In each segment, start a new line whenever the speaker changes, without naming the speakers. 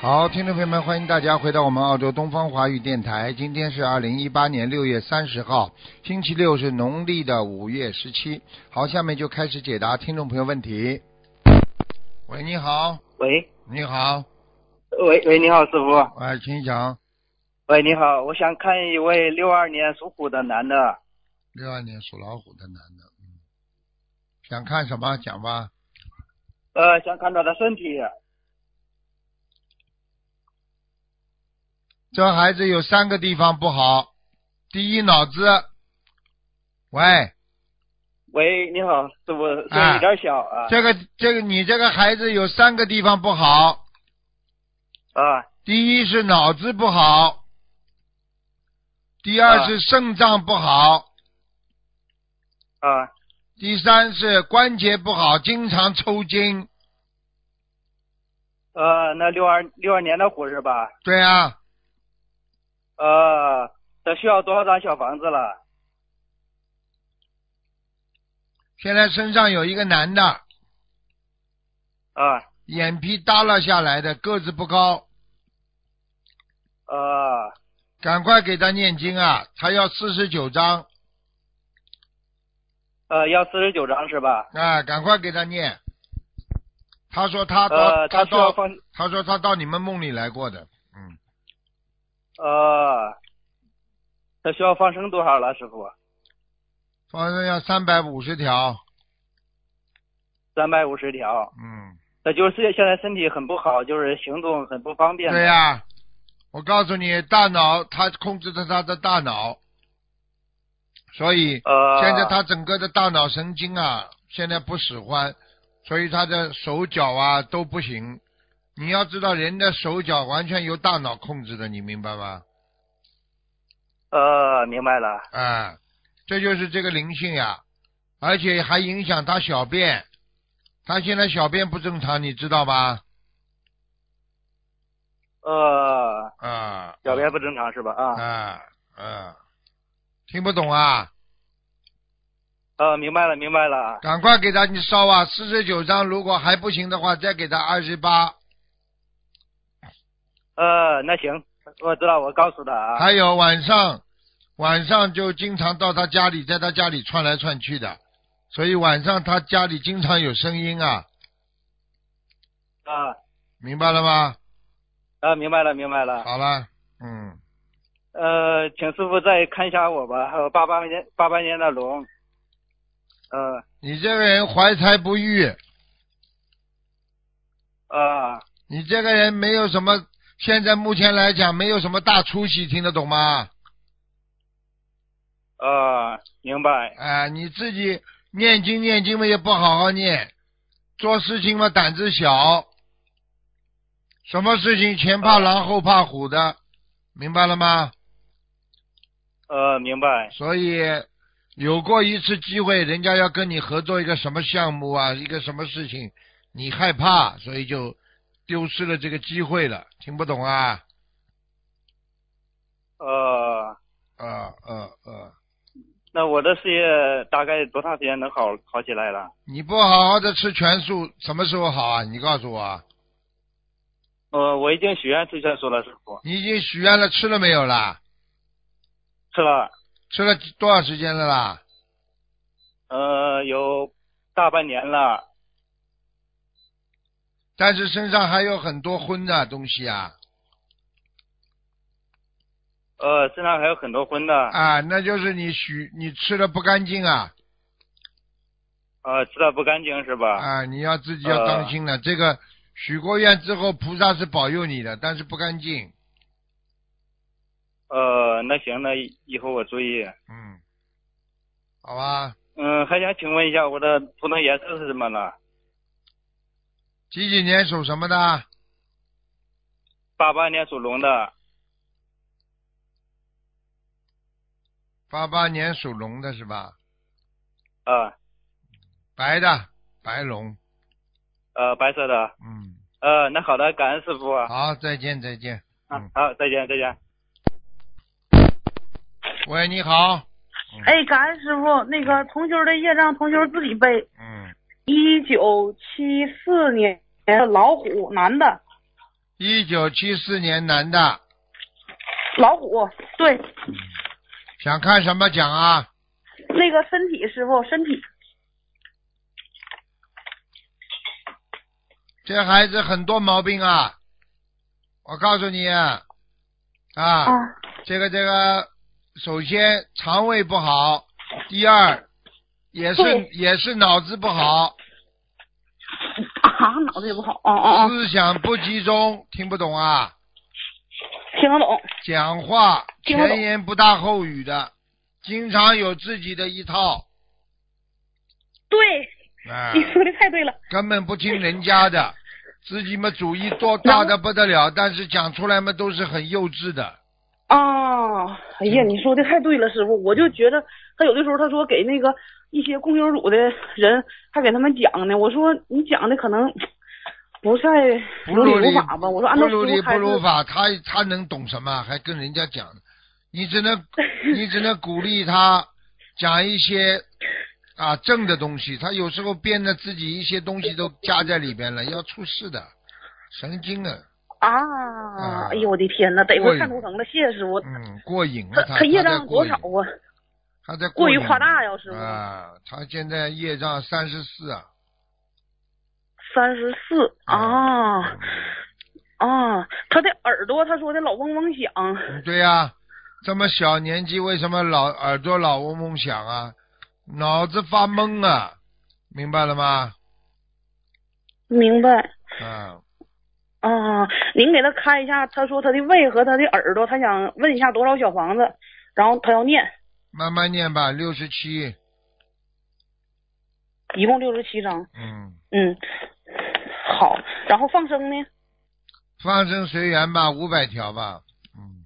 好，听众朋友们，欢迎大家回到我们澳洲东方华语电台。今天是二零一八年六月三十号，星期六，是农历的五月十七。好，下面就开始解答听众朋友问题。喂，你好，
喂，
你好，
喂喂，你好，师傅。
哎，请讲。
喂，你好，我想看一位六二年属虎的男的，
六二年属老虎的男的，嗯，想看什么？讲吧。
呃，想看他的身体。
这孩子有三个地方不好，第一脑子，喂，
喂，你好，师傅，声
啊
音有点小啊。
这个这个你这个孩子有三个地方不好，
啊
第一是脑子不好，第二
啊
是肾脏不好，
啊
第三是关节不好，经常抽筋。
呃，那六二六二年的虎是吧？
对啊，
呃，他需要多少张小房子了？
现在身上有一个男的，
啊
眼皮耷拉下来的，个子不高，
呃
赶快给他念经啊！他要四十九章
呃，要四十九张是吧？
啊，赶快给他念。他说他到、
呃，他需要
到
放
他说他到你们梦里来过的，嗯，
呃，他需要放生多少了，师傅？
方生要三百五十条，
三百五十条。
嗯，
他就是现在身体很不好，就是行动很不方便。
对呀、我告诉你，大脑他控制着他的大脑，所以
呃，
现在他整个的大脑神经啊，现在不使唤，所以他的手脚啊都不行。你要知道，人的手脚完全由大脑控制的，你明白吗？
呃，明白了。
啊，这就是这个灵性呀、而且还影响他小便。他现在小便不正常，你知道吧？
呃，
啊，
小便不正常是吧？啊，
啊啊，听不懂啊？
呃，明白了，明白了啊。
赶快给他你烧啊！四十九张，如果还不行的话，再给他二十八。
呃，那行，我知道，我告诉他啊。
还有晚上，晚上就经常到他家里，在他家里窜来窜去的，所以晚上他家里经常有声音啊，
啊，
明白了吗？
啊，明白了，明白了。
好了，嗯，
呃，请师傅再看一下我吧，还有八八年八八年的龙。呃
你这个人怀才不遇，
啊，
你这个人没有什么，现在目前来讲没有什么大出息，听得懂吗？
呃，明白。
啊、你自己念经念经嘛也不好好念，做事情嘛胆子小，什么事情前怕狼后怕虎的，明白了吗？
呃，明白。
所以有过一次机会，人家要跟你合作一个什么项目啊，一个什么事情，你害怕，所以就丢失了这个机会了。听不懂啊？
呃，
呃呃呃，
那我的事业大概多长时间能好好起来了？
你不好好的吃全素，什么时候好啊？你告诉我啊，
呃，我已经许愿推荐说了，师傅
你已经许愿了，吃了没有啦？
是了。
吃了几多少时间了啦？
呃，有大半年了。
但是身上还有很多荤的东西啊
呃，身上还有很多荤的，
啊，那就是你许你吃了不干净啊。
呃，吃的不干净是吧？
啊，你要自己要当心了。这个许过愿之后，菩萨是保佑你的，但是不干净。
呃，那行，那以后我注意。
嗯，好吧。
嗯，还想请问一下，我的图腾颜色是什么呢？
几几年属什么的？
八八年属龙的，
八八年属龙的是吧？
呃
白的，白龙。
呃，白色的。
嗯，
呃，那好的，感恩师傅。啊，
好，再见，再见。嗯
好，再见，再见。
喂，你好。
哎，感恩师傅，那个同修的业障，同修自己背。
嗯，
一九七四年的老虎，男的，
一九七四年男的，
老虎，
对，
想看什么讲啊？
那个身体师傅身体，
这孩子很多毛病啊！我告诉你啊，
啊
这个这个，首先肠胃不好，第二也是
对
也是脑子不好，
啊，脑子也不好，啊啊啊，
思想不集中，听不懂啊，
听得懂，
讲话
听不懂
前言不搭后语的，经常有自己的一套，
对，
哎、
你说的太对了，
根本不听人家的，自己嘛主意多大的不得了，但是讲出来嘛都是很幼稚的。
啊，哎呀，
嗯
你说的太对了，师傅，我就觉得他有的时候他说给那个一些共修组的人还给他们讲呢，我说你讲的可能不太
不
如
理
如法吧，我说啊按
不
照
如理
书
不
还是
如法，他他能懂什么？还跟人家讲，你只 能你只能鼓励他讲一些啊正的东西。他有时候编的自己一些东西都加在里边了，要出事的，神经啊，
啊，哎呦我的天呐，得
过
我
瘾
看头疼了，谢谢师傅，
嗯，过瘾
他
了。他
他业
在
障
过
多
瘾
少啊？
他在
过于
瘾
夸大呀师傅
啊，他现在业障三十四啊。
三十四啊啊，他的耳朵他说的老嗡嗡响，
嗯，对呀、这么小年纪为什么老耳朵老嗡嗡响啊？脑子发懵啊，明白了吗？
明白
嗯，
啊？您给他开一下，他说他的胃和他的耳朵，他想问一下多少小房子，然后他要念，
慢慢念吧，六十七，
一共六十七章，
嗯，
嗯，好，然后放生呢？
放生随缘吧，五百条吧，嗯，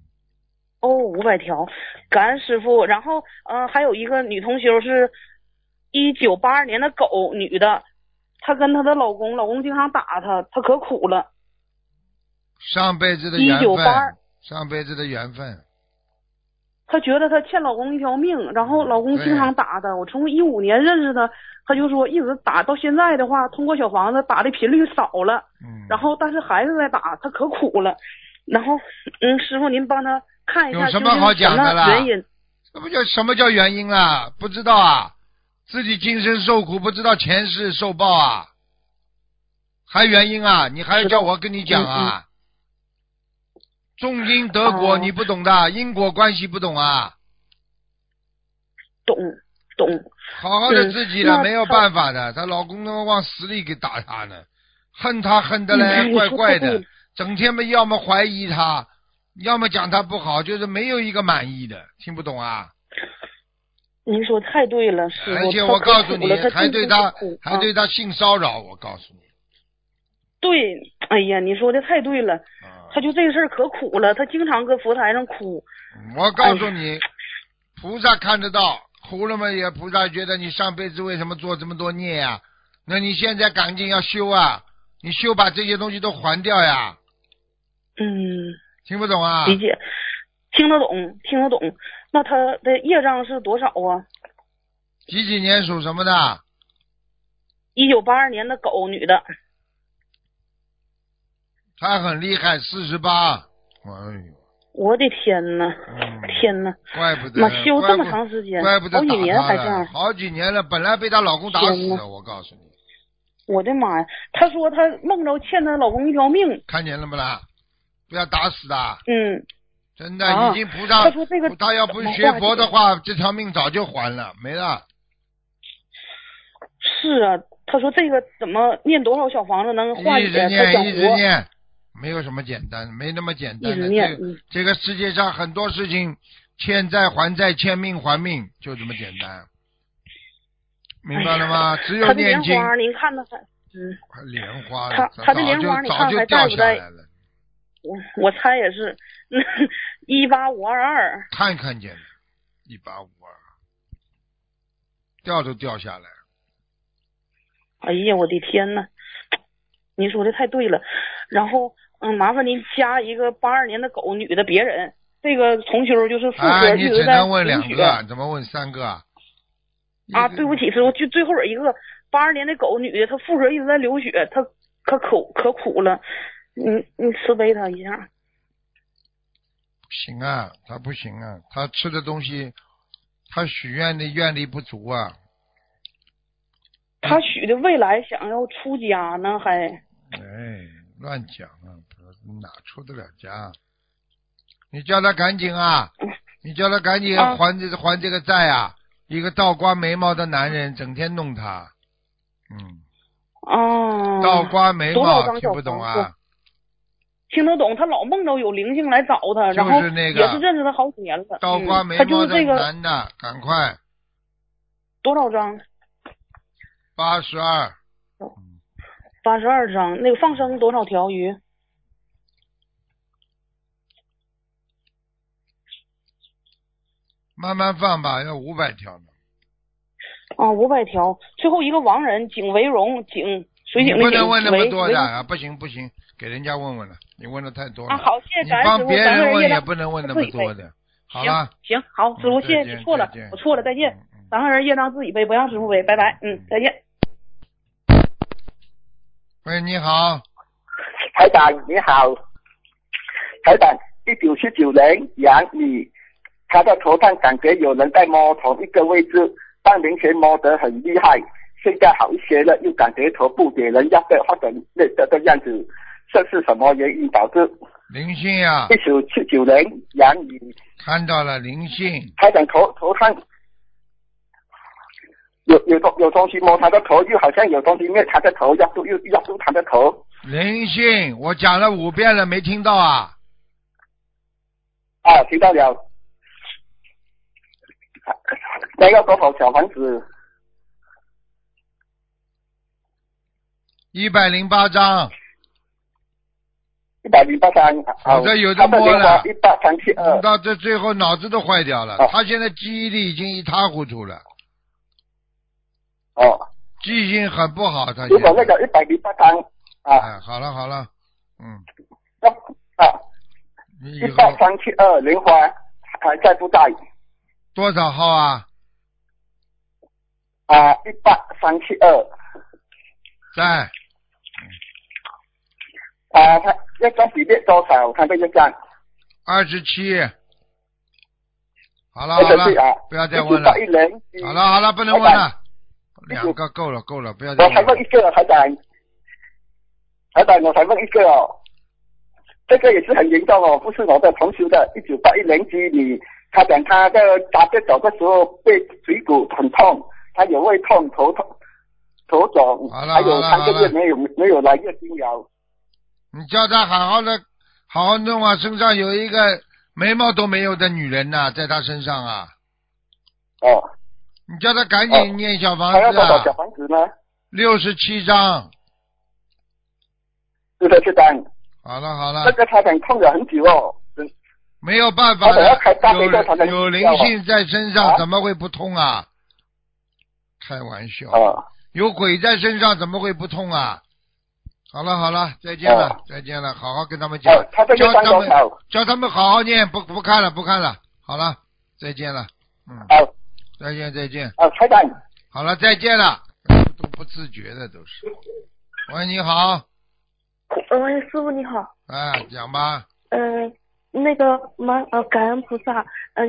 哦，五百条，感恩师傅。然后，呃，还有一个女同修是，一九八二年的狗，女的，她跟她的老公，老公经常打她，她可苦了。
上辈子的缘
1982
分，上辈子的缘分，
她觉得她欠老公一条命，然后老公经常打她。我从一五年认识她，她就说一直打到现在的话，通过小房子打的频率少了，
嗯，
然后但是还是在打，她可苦了。然后，嗯，师傅您帮她看一下
有什
究
么
竟
好
是什
讲的
么
啦
原因？
那不叫什么叫原因啦？不知道啊，自己今生受苦，不知道前世受报啊，还原因啊？你还要叫我跟你讲啊？
嗯
种因得果，
哦
你不懂的，因果关系不懂啊？
懂懂，
好好的
嗯
自己了，
那
没有
她
办法的，她老公他妈往死里给打她呢，恨她恨的嘞，
嗯你
怪
说
怪
太对
的
了，
整天嘛要么怀疑她，要么讲她不好，就是没有一个满意的，听不懂啊？
您说太对了，师傅。
而且
她
我
可
告诉
苦
你
了，
还对
她
他
真是苦
还
啊
对他性骚扰，我告诉你
对，哎呀，你说的太对了，
啊，
他就这事儿可苦了，他经常搁佛台上哭。
我告诉你，菩萨看得到，哭了嘛也菩萨觉得你上辈子为什么做这么多孽呀、那你现在赶紧要修啊，你修把这些东西都还掉呀，
嗯，
听不懂啊？
理解，听得懂，听得懂。那他的业障是多少啊？
几几年属什么的？
一九八二年的狗女的，
他很厉害，四十八，哎呦，
我的天呐，
嗯，
天呐，
怪不得，
妈修
怪
这么
不
长时间，
怪不得
好几
打
年
她
还
了
这样。
好几年了，本来被她老公打死
天哪
的，我告诉你，
我的妈呀！她说她梦着欠她老公一条命。
看见了没啦？不要打死的，
嗯，
真的，
啊
已经菩萨，
他说这个
他要不是学佛的话，这条命早就还了，没了。
是啊，她说这个怎么念多少小房子能化
一
解
直
她
念，
想
一直
活？
念，没有什么简单，没那么简
一
单
直
的。
念
这，个
嗯
这个世界上很多事情，欠债还债，欠命还命，就这么简单。明白了吗？只有
她的
念
莲
经，
花，您看她还，嗯，
莲花了
哎他
早
他的莲
就
花你
早
看
就
还
掉
在不
下
在
来了，
我我猜也是， 一八五二二，
看看见了，一八五二，掉都掉下来了。
哎呀，我的天呐，您说的太对了。然后，嗯，麻烦您加一个八二年的狗女的别人，这个重修就是妇
啊，
科
你
一直
只
在
能问
允
两
许
个啊，怎么问三个啊？
啊，
一个
对不起，师傅，就最后一个八二年的狗女的，她妇科一直在流血，她可苦可苦了。你你慈悲他一下。
不行啊，他不行啊，他吃的东西，他许愿的愿力不足啊。
他许的未来想要出家呢，还
哎，乱讲啊！不是哪出得了家？你叫他赶紧啊！你叫他赶紧
啊
还这、还这个债啊！一个倒刮眉毛的男人，整天弄他，嗯，
啊，
倒刮眉
多少
毛
张嗯
听
小
不懂
房
啊
子？听得懂，他老梦着有灵性来找他，然后
就是那个
也是认识他好几年了。
倒刮
嗯
眉
他就
毛
是
的
这个
男的，赶快
多少张？
八十二
八十二张。那个放生多少条鱼？
慢慢放吧，要五百条呢。
啊，五百条。最后一个亡人景为荣，景水
你
井
不
的景
能问那么
为
多
为
的啊！不行不行，给人家问问了，你问的太多了。
啊，好，谢谢
你
感恩师
帮
傅，
别
感
人
恩
问
月
也
亮。
不能问那么多的。好了，
行行，好，师傅，
嗯
谢
再
谢
见
你，错了
再见，
我错了，再见。
嗯嗯
咱个人业障自己背，不让师傅背，拜拜，嗯，再见。
喂，你好，
台长你好，台长，一九七九年杨女，她的头上感觉有人在摸同一个位置，半年前摸得很厉害，现在好一些了，又感觉头部给人压的或者累的的样子，这是什么原因导致？
林信呀、
一九七九年杨女，
看到了林信，
台长头头上有有东有东西摸她的头，又好像有东西捏她的头，压住又压住她的头。
林信，我讲了五遍了，没听到啊？
啊，听到了。那要多少小房子？
一百零八章，
一百零八张。好
有的有的摸了嗯
一八三七二。
到这最后脑子都坏掉了
哦，
他现在记忆力已经一塌糊涂了，
哦，
记性很不好，他
如
现
果那
在。
个一百零八张啊，
哎，好了好了，嗯，
那啊，
你
一
以
八
后
三七二莲花还在不在？
多少号啊？
啊，一八三七二
在
啊，他要张比例多少？他这个张，
二十七。好了好
那个是
了
啊，，
不要再
一
问
直
了
到。一年。
好了，好了，不能问了，两个够了够了，不要再
我才
问
问一
了。
个，台长，台长，我才问一个哦，这个也是很严重哦，不是我的同学的，一九八一年级女，她讲她在打着走的时候被腿骨很痛，她有胃痛、头痛、头肿，
好了
还有
好了
三个
好了
月没有没有来月经了。
你叫他好好的，好好弄啊，身上有一个眉毛都没有的女人呐、在他身上啊，
哦，
你叫他赶
哦
紧念小房
还要
子
多少
啊
小，房子呢？
六十七章。
是的，是的，
好了好了
这，个她讲痛了很久哦，嗯
没有办法
我等下开大悲咒才
的，
能
有有灵
知道啊
性在身上
啊
怎么会不痛啊？开玩笑，
哦，
有鬼在身上怎么会不痛啊？好了好了，再见了、
哦
再见了，好好跟他们讲，
哦，她这
教
个伤
他
多
们
少？
叫他们好好念，不不看了，不看了，好了，再见了，嗯，
哦
再见再见，
哦，台长，
好了，再见了，都不自觉的都是。喂，你好，
呃喂，师傅你好，
啊，讲吧，
嗯、那个妈呃，感恩菩萨，呃，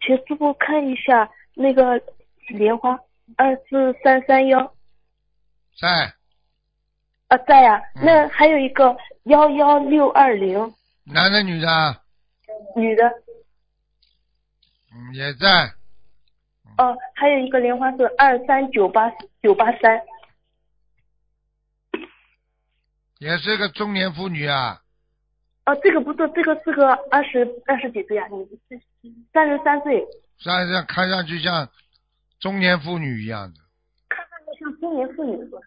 请师傅看一下那个莲花二四三三幺
在
啊，在呀、
嗯
那还有一个幺幺六二零
男的女的啊，
女的，
嗯，也在，
哦、还有一个莲花是二三九八九八三，
也是个中年妇女啊，
哦，这个不是，这个是个二十二十几岁呀、你三十三岁，
上上看上去像中年妇女一样的，
看上去像中年妇女是吧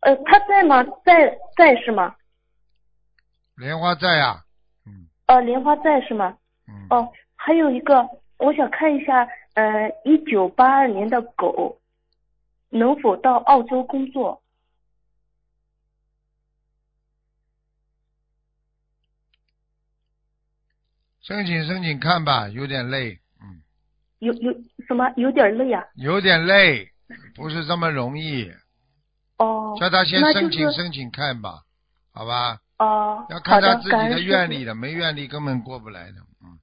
呃，她在吗？在在是吗？
莲花在啊，嗯
呃，莲花在是吗？
嗯，
哦，还有一个，我想看一下，呃，一九八二年的狗能否到澳洲工作？
申请申请看吧，有点累，嗯，
有有什么有点累啊？
有点累，不是这么容易，
哦，
叫他先
那
申请
就是
申请看吧，好吧？
哦，
要
好
看他自己
感恩
的
师
愿
父
力的，没愿力根本过不来的。嗯，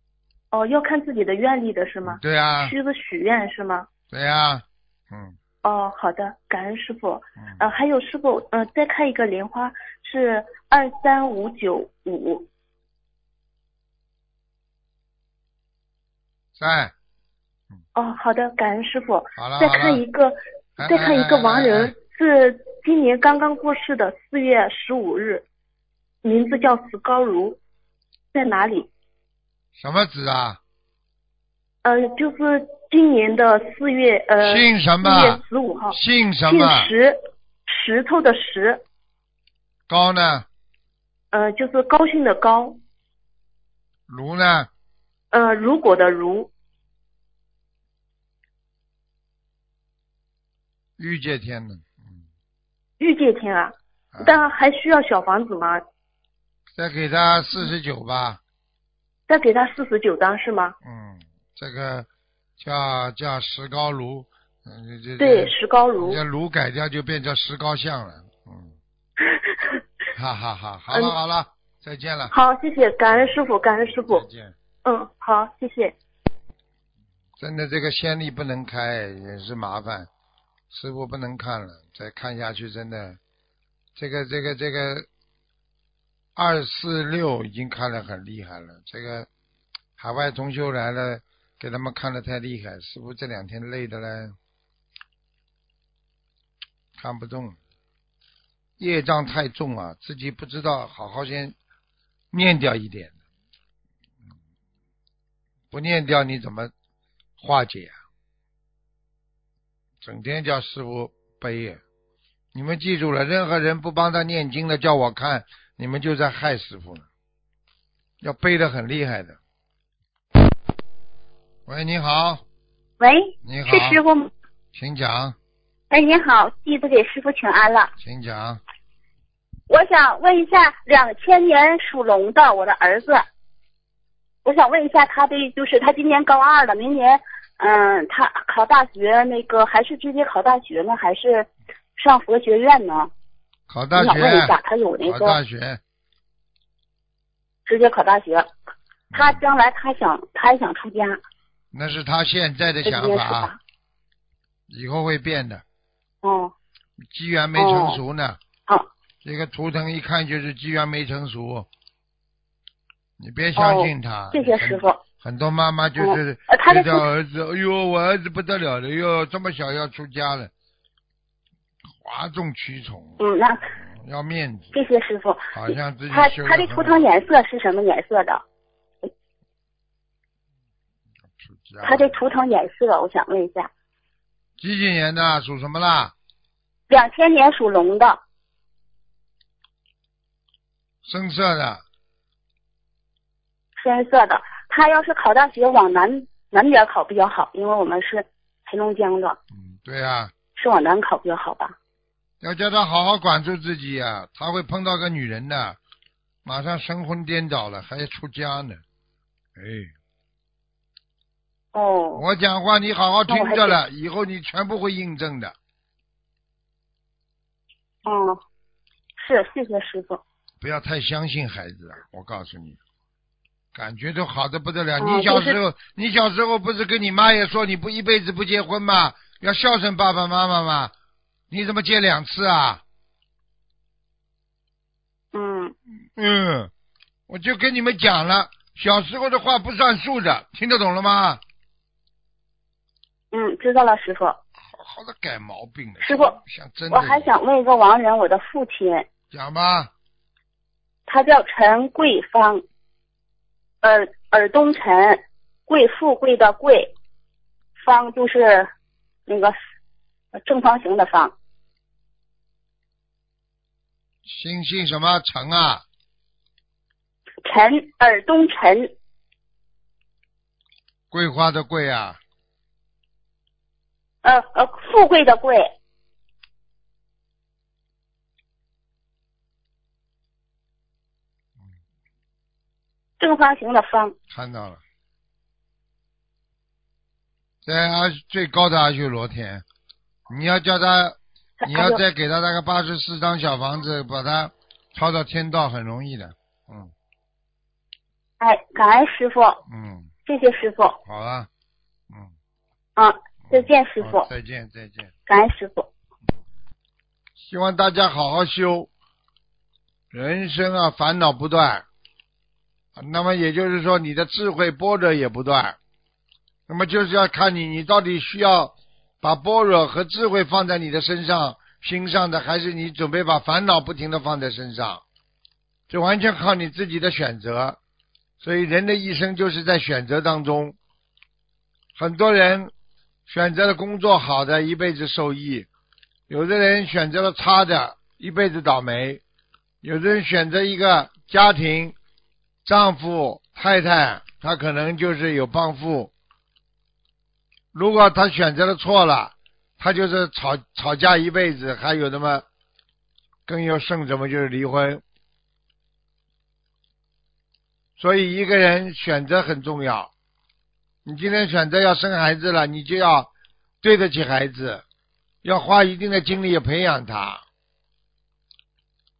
哦，要看自己的愿力的嗯是吗？
对呀、
狮子许愿是吗？
对呀、嗯
哦，好的，感恩师傅。呃，
嗯，
还有师傅，呃，再看一个莲花是二三五九五，
在
哦，好的，感恩师傅。
好了
再
好
看一
了，
个，
哎
再看一个亡
哎哎哎
人，是今年刚刚过世的，四月十五日，名字叫史高如，在哪里？
什么子啊？
呃，就是今年的四月呃，
姓什
四月
么？
十五号，
姓什
姓
么？
石，石头的石，
高呢？
呃，就是高兴的高，
卢呢？
呃，如果的如，
玉界天呢？
玉界天啊，
啊
但还需要小房子吗？
再给他四十九吧。
再给他四十九张是吗？
嗯，这个叫叫石膏炉，嗯，这这
对，石高如
你，这炉改掉就变成石膏像了。嗯，哈哈哈，好了
嗯
好了，再见了，
好，谢谢，感恩师傅，感恩师傅
再，见。
嗯，好，谢谢。
真的，这个先例不能开也是麻烦，师傅不能看了，再看下去真的，这个这个这个二四六已经看了很厉害了，这个海外同修来了，给他们看的太厉害，师傅这两天累的嘞，看不动，业障太重啊，自己不知道，好好先念掉一点，嗯不念掉你怎么？化解啊，整天叫师傅背呀。你们记住了，任何人不帮他念经的，叫我看，你们就在害师傅了。要背的很厉害的。喂，你好，
喂，
你好，
是师傅吗？
请讲，
哎，您好，弟子给师傅请安了。
请讲。
我想问一下，两千年属龙的我的儿子，我想问一下他的，就是他今年高二了，明年，嗯，他考大学那个还是直接考大学呢，还是上佛学院呢？
考大
我想
学，
问一下，他有那
考大
个
学，
直接考大学，他将来他想他也想出家，
那是他现在的
这
想
应该是
法
吧，？
以后会变的。
哦，
机缘没成熟呢。
哦哦
这个图腾一看就是机缘没成熟，你别相信他。
哦谢谢师傅。
很。很多妈妈就是
嗯呃他
觉
的
得儿子，哎呦，我儿子不得了了，哟，这么小要出家了，哗众取宠，
嗯，那
要面子，
谢谢师傅。
好像自己
他
修得
他的
很
图腾
好啊
颜色是什么颜色的？
出家。
他的图腾颜色，我想问一下，
几几年的属什么啦？
两千年属龙的，
深色的，
深色的。他要是考大学，往南南边考比较好，因为我们是黑龙江的，
嗯，对啊，
是往南考比较好吧？
要叫他好好管住自己呀、啊他会碰到个女人的，马上神魂颠倒了，还要出家呢。哎，
哦，
我讲话你好好听着了，以后你全部会印证的，
嗯，是，谢谢师傅。
不要太相信孩子啊！我告诉你，感觉都好的不得了。
嗯
你小
就是
时候，你小时候不是跟你妈也说你不一辈子不结婚吗？要孝顺爸爸妈妈吗？你怎么结两次啊？
嗯，
嗯，我就跟你们讲了，小时候的话不算数的，听得懂了吗？
嗯，知道了，师傅。
好好的改毛病了。
师傅
像真的
我
一
还
样
想问一个亡人，我的父亲，
讲吧，
他叫陈桂芳，耳耳东陈，贵富贵的贵，芳就是那个正方形的方。
姓姓什么陈啊？
陈尔东陈，
桂花的桂啊，
呃呃，富贵的贵，正方形的方，
看到了，在阿最高的阿修罗天，你要叫他，你
还
要
有
再给他那个八十四张小房子，把他超到天道很容易的，嗯
哎，感恩师傅，
嗯，
谢谢师傅，
好了，嗯，
啊
嗯，再见师傅
好，再见再见，
感恩师傅。
希望大家好好修，人生啊烦恼不断，那么也就是说你的智慧波折也不断，那么就是要看你你到底需要把般若和智慧放在你的身上心上的，还是你准备把烦恼不停的放在身上，这完全靠你自己的选择。所以人的一生就是在选择当中，很多人选择了工作好的，一辈子受益；有的人选择了差的，一辈子倒霉；有的人选择一个家庭，丈夫、太太，他可能就是有帮扶。如果他选择了错了，他就是吵吵架一辈子，还有那么更有甚者么就是离婚。所以一个人选择很重要。你今天选择要生孩子了，你就要对得起孩子，要花一定的精力培养他，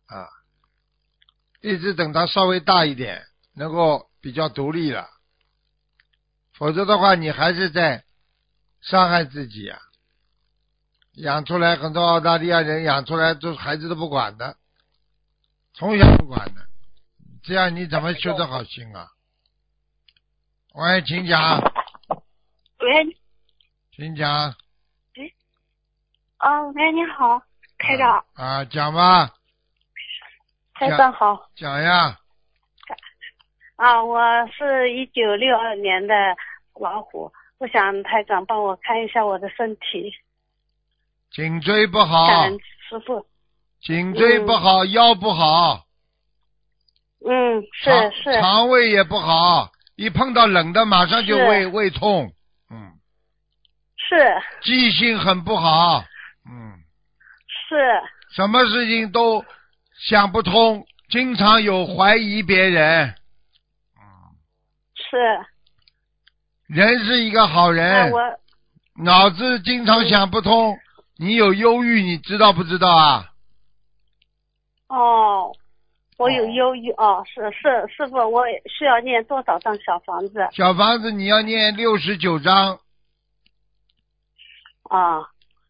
啊，一直等他稍微大一点，能够比较独立了，否则的话，你还是在伤害自己啊。养出来很多澳大利亚人养出来都孩子都不管的，从小不管的，这样你怎么修得好心啊？喂，请讲，
喂，
请讲
啊，喂，你好，台长，
啊，讲吧，
台长好
讲呀，
啊，我是一九六二年的老虎，我想台长帮我看一下我的身体，
颈椎不好，
感恩师傅。
颈椎不好，腰不好，
嗯，是
肠
是，
肠胃也不好，一碰到冷的马上就是胃胃痛，嗯，
是
记性很不好，嗯，
是，
什么事情都想不通，经常有怀疑别人。嗯
是，
人是一个好
啊，
人，
我嗯
脑子经常想不通，你有忧郁，你知道不知道啊？
哦，我有忧郁哦，是是，师傅，我需要念多少张小房子
小房子你要念六十九章，
啊？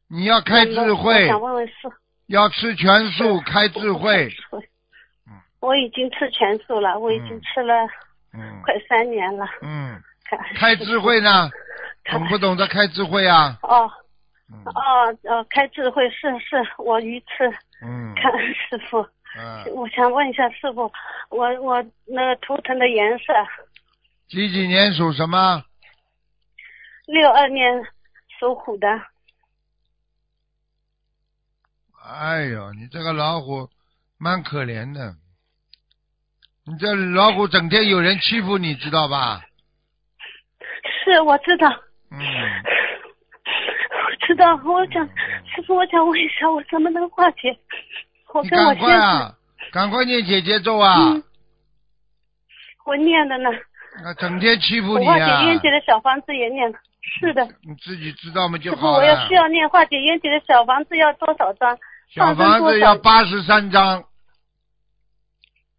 你要开智
我
慧，
想问问师傅，
要吃全素，开智慧。
我已经吃全素了，我已经
嗯
吃了
嗯
快三年了，
嗯，
感恩
开
师
智
父
慧呢？
开
懂不懂得开智慧啊？
哦
嗯
哦哦，开智慧是是，我愚痴，
嗯
看师傅，
嗯，
我想问一下师傅，我我那个图腾的颜色，
几几年属什么？
六二年属虎的，
哎呦，你这个老虎蛮可怜的，你这老虎整天有人欺负你，知道吧？
是我知道，
嗯，
我知道，我想师傅，我想问一下，我怎么能化解？我
你
跟我
赶
先
快
生，嗯
啊，赶快念姐姐咒啊！
我念的呢，
那啊整天欺负
我
你
化解
啊！
冤结的小房子也念了，是的，
你自己知道吗？ 就
师傅，
好
我
了
要需。要念化解冤结的小房子要多少张？
小
放生
房
多
子要
少？
八十三张，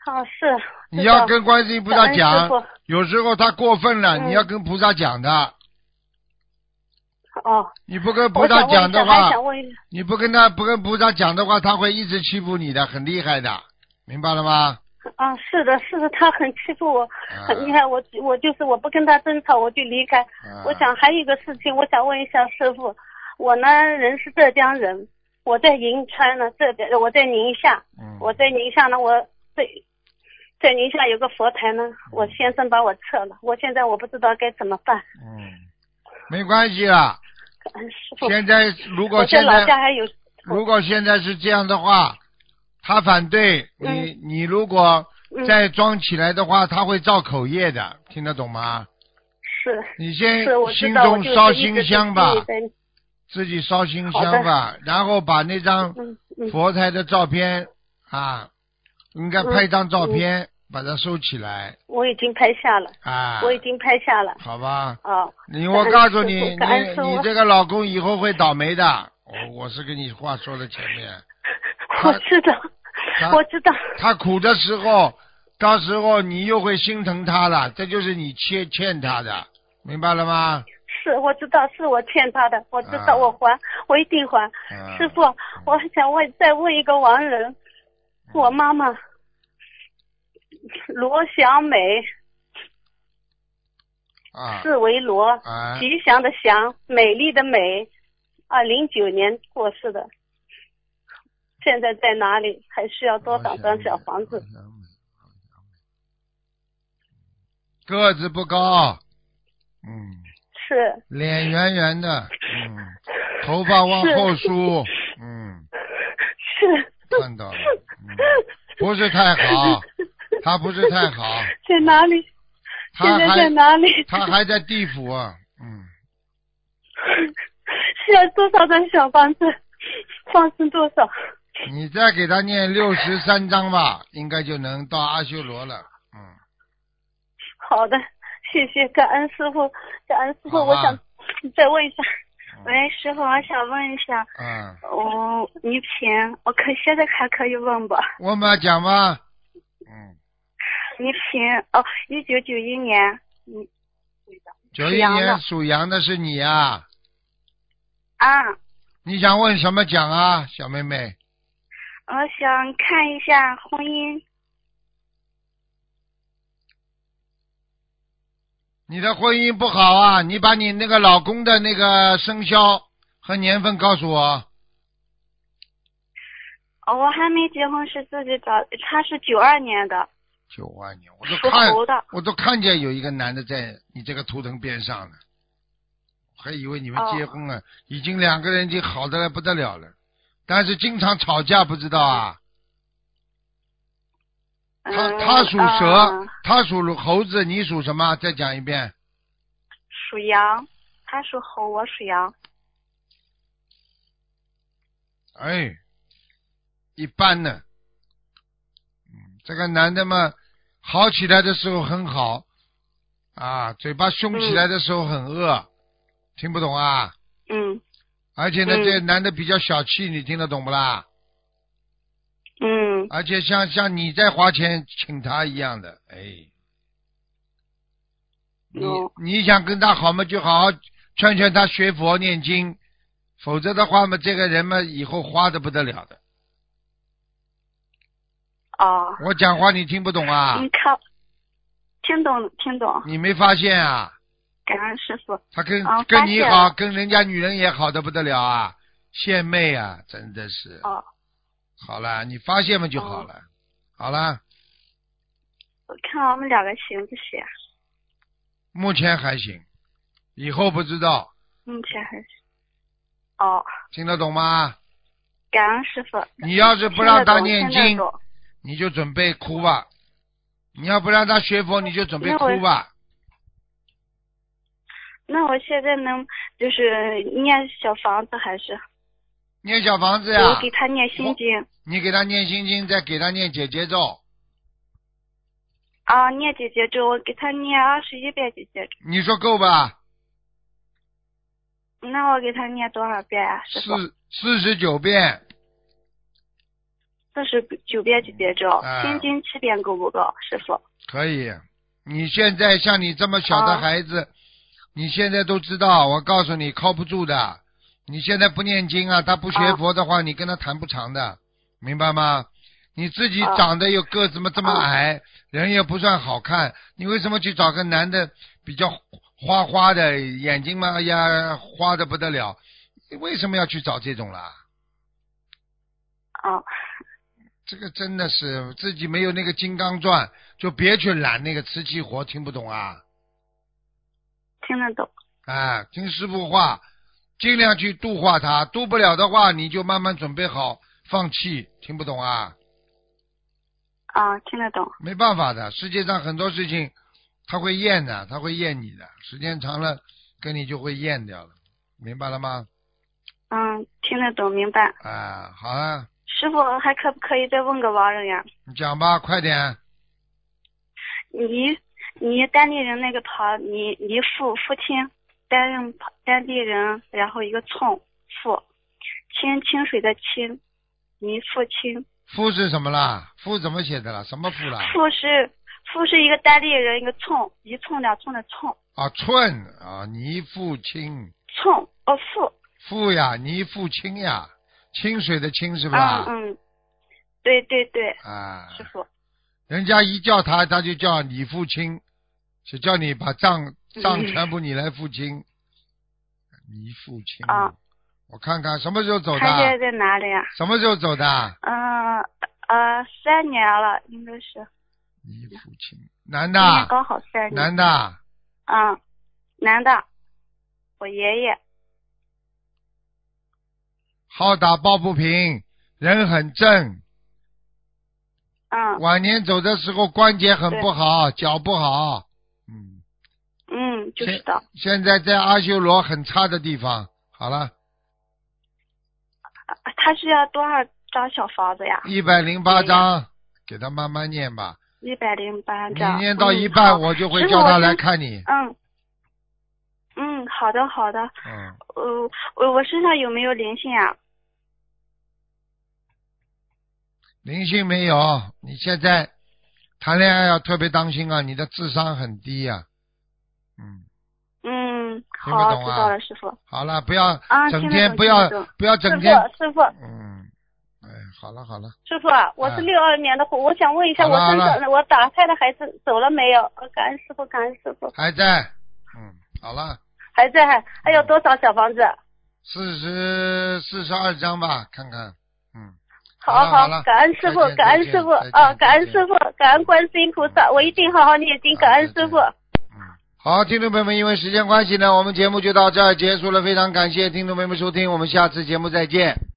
啊，是。
你
知
要
道
跟观世音菩
感
萨
恩
讲
师，傅
有时候他过分了，
嗯
你要跟菩萨讲的。
哦，
你不跟菩
我
萨讲
想问一
的
下，
话
还，想问一下，
你不跟他不跟菩萨讲的话，他会一直欺负你的，很厉害的，明白了吗？
啊，是的，是的，他很欺负我，
啊
很厉害。我我就是我不跟他争吵，我就离开。
啊
我想还有一个事情，我想问一下师傅，我呢人是浙江人，我在银川呢，这边我在宁夏，
嗯
我在宁夏呢，我在在宁夏有个佛台
嗯
呢，我先生把我撤了，我现在我不知道该怎么办。
嗯，没关系啦。
感恩师傅，
现在如果
我在
现
老家
在
还有
如果现在是这样的话，他反对你，
嗯
你如果
嗯
再装起来的话，他会造口业的，听得懂吗？
是
你先
是，我知
心
道，我
中
就是
烧
一直
心香
在
吧，
在
自己烧心香吧，然后把那张
嗯嗯
佛台的照片啊，应该拍张照
嗯
片，把它收起来
我已经拍下了，
啊，
我已经拍下了。
好吧。
啊
哦，
你
感恩
我告诉
师
你，
父
你
感啊恩师
你
父
这个老公以后会倒霉的。我我是跟你话说的前面，
我
他
知道，
他
我知道，
他苦的时候，到时候你又会心疼他了，这就是你欠欠他的，明白了吗？
是我知道，是我欠他的，我知
啊
道，我还，我一定还。
嗯、
师傅，我还想问，再问一个亡人，我妈妈罗小美，
啊，
字为罗，
啊，
吉祥的祥，美丽的美，二零九年过世的，现在在哪里？还需要多少张小房子？
个子不高，嗯，
是
脸圆圆的，嗯，头发往后梳，嗯，
是，
看到了，嗯，不是太好，他不是太好，
在哪里？
他
现在在
还
哪里？
他还在地府啊，嗯，
需要多少张小房子？放生多 少？
你再给他念六十三章吧，应该就能到阿修罗了，嗯，
好的，谢谢，感恩师傅，感恩师傅，
好吧
我想再问一下，
哎
喂，师傅，我想问一下，
啊，
哦
我你评，我可现在还可以问不？
我们讲吧，嗯，
你评哦，一九九一年，嗯
九
属
一
羊的
年属羊的是你啊，
啊，
你想问什么讲啊，小妹妹？
我想看一下婚姻，
你的婚姻不好啊，你把你那个老公的那个生肖和年份告诉我。
哦，我还没结婚，是自己找，他是九二年的，
九万年，我
属
都看，
猴的，
我都看见有一个男的在你这个图腾边上了，还以为你们
哦
结婚了，已经两个人已经好的不得了了，但是经常吵架，不知道啊。他
嗯
他属蛇，
啊
他属猴子，你属什么？再讲一遍。
属羊，他属猴，我属羊，
哎，一般呢。嗯，这个男的嘛，好起来的时候很好，啊，嘴巴凶起来的时候很恶，听不懂啊？
嗯
而且呢，
嗯
这男的比较小气，你听得懂不啦？
嗯，
而且像像你在花钱请他一样的，哎，你
哦
你想跟他好嘛，就好好劝劝他学佛念经，否则的话嘛，这个人嘛，以后花的不得了的。
哦，
我讲话你听不懂啊？
你看，听懂听懂，
你没发现啊？
感恩师傅，
他跟、
啊
跟
发
你
现
好，
了
跟人家女人也好的不得了啊，献媚啊，真的是。
哦，
好了，你发现嘛就好了，好了，
我看我们两个行不行？
目前还行，以后不知道，
目前还是。哦，
听得懂吗？
感恩师傅。
你要是不让他念
嗯听得
经，
懂
你就准备哭吧；你要不让他学佛，你就准备
那我
哭吧。
那我现在能就是念小房子还是？
念小房子呀
我，给他念心经
你给他念心经，再给他念解结咒。
啊，念姐姐咒，我给他念二十一遍姐姐
你说够吧？
咒。那我给他念多少遍啊，师傅？
四四十九遍，
四十九遍姐姐咒，
哎
心经七遍够不够，师傅？
可以，你现在像你这么小的孩子，你现在都知道，我告诉你靠不住的。你现在不念经啊，他不学佛的话，你跟他谈不长的，明白吗？你自己
啊
长得又个子嘛这么矮，人也不算好看，你为什么去找个男的比较花花的，眼睛嘛哎呀花的不得了？你为什么要去找这种啦？
啊，
这个真的是自己没有那个金刚钻，就别去揽那个瓷器活，听不懂啊？
听得懂。
啊，听师傅话，尽量去度化他，度不了的话，你就慢慢准备好放弃。听不懂啊？
啊，听得懂。
没办法的，世界上很多事情他会厌的，他会厌你的，时间长了跟你就会厌掉了，明白了吗？
嗯，听得懂，明白。
啊，好啊，
师傅还可不可以再问个亡人呀？
你讲吧，快点。
你你当地人那个旁，你你父父亲担任旁当地人，然后一个从父，清清水的清，你父亲
夫是什么啦？夫怎么写的啦？什么夫啦？
富是富是一个单立人，一个冲，一冲两冲的冲，
啊，寸啊，你父亲，
冲哦富
父呀，你父亲呀，清水的清是
啊
吧？
嗯，对对对，
啊，
师傅
人家一叫他，他就叫你父亲，就叫你把账
嗯
账全部你来付清。你父亲
啊，
我看看什么时候走
他现在
的？
在哪里呀？
什么时候走的？
嗯呃，三年了，应该是
你父亲，男的啊
今，年刚好三年。
男的，啊
嗯，男的，我爷爷。
好打抱不平，人很正，
嗯
晚年走的时候关节很不好，脚不好，嗯，
嗯，就
现
知道。
现在在阿修罗很差的地方。好了，
啊他是要多少张小房子呀？
一百零八章，给他慢慢念吧。
一百零八
你
张。
念到
嗯
一半，
好
我就会
师傅
叫
我
他
先
来看你。
嗯，嗯，好的好的，
嗯，
呃，我我身上有没有灵性啊？
灵性没有，你现在谈恋爱要特别当心啊，你的智商很低呀、嗯，
嗯，
听不
好，
懂
知
啊
道了，师傅。
好了，不要
啊
整
听得
天
懂
不
听
要
得懂
不要
师
整
傅
天，
师傅
嗯，哎，好了好了，
师傅，我
哎
是六二年的虎，我想问一下，
好
我
了
身
好
上我打胎的孩子走了没有？
呃
感恩师傅，感恩师傅，
还在，嗯，好了，
还在，还
嗯
有多少小房子？
四十四十二章吧，看看，嗯，
好
好了，
感恩师傅
再见，
感恩
再
师傅
见再
啊，
见
感恩
再见
师傅，感恩观世音菩萨，我一定好好念经，
啊
感恩
再
师傅。
见嗯好，听众朋友们，因为时间关系呢，我们节目就到这儿结束了。非常感谢听众朋友们收听，我们下次节目再见。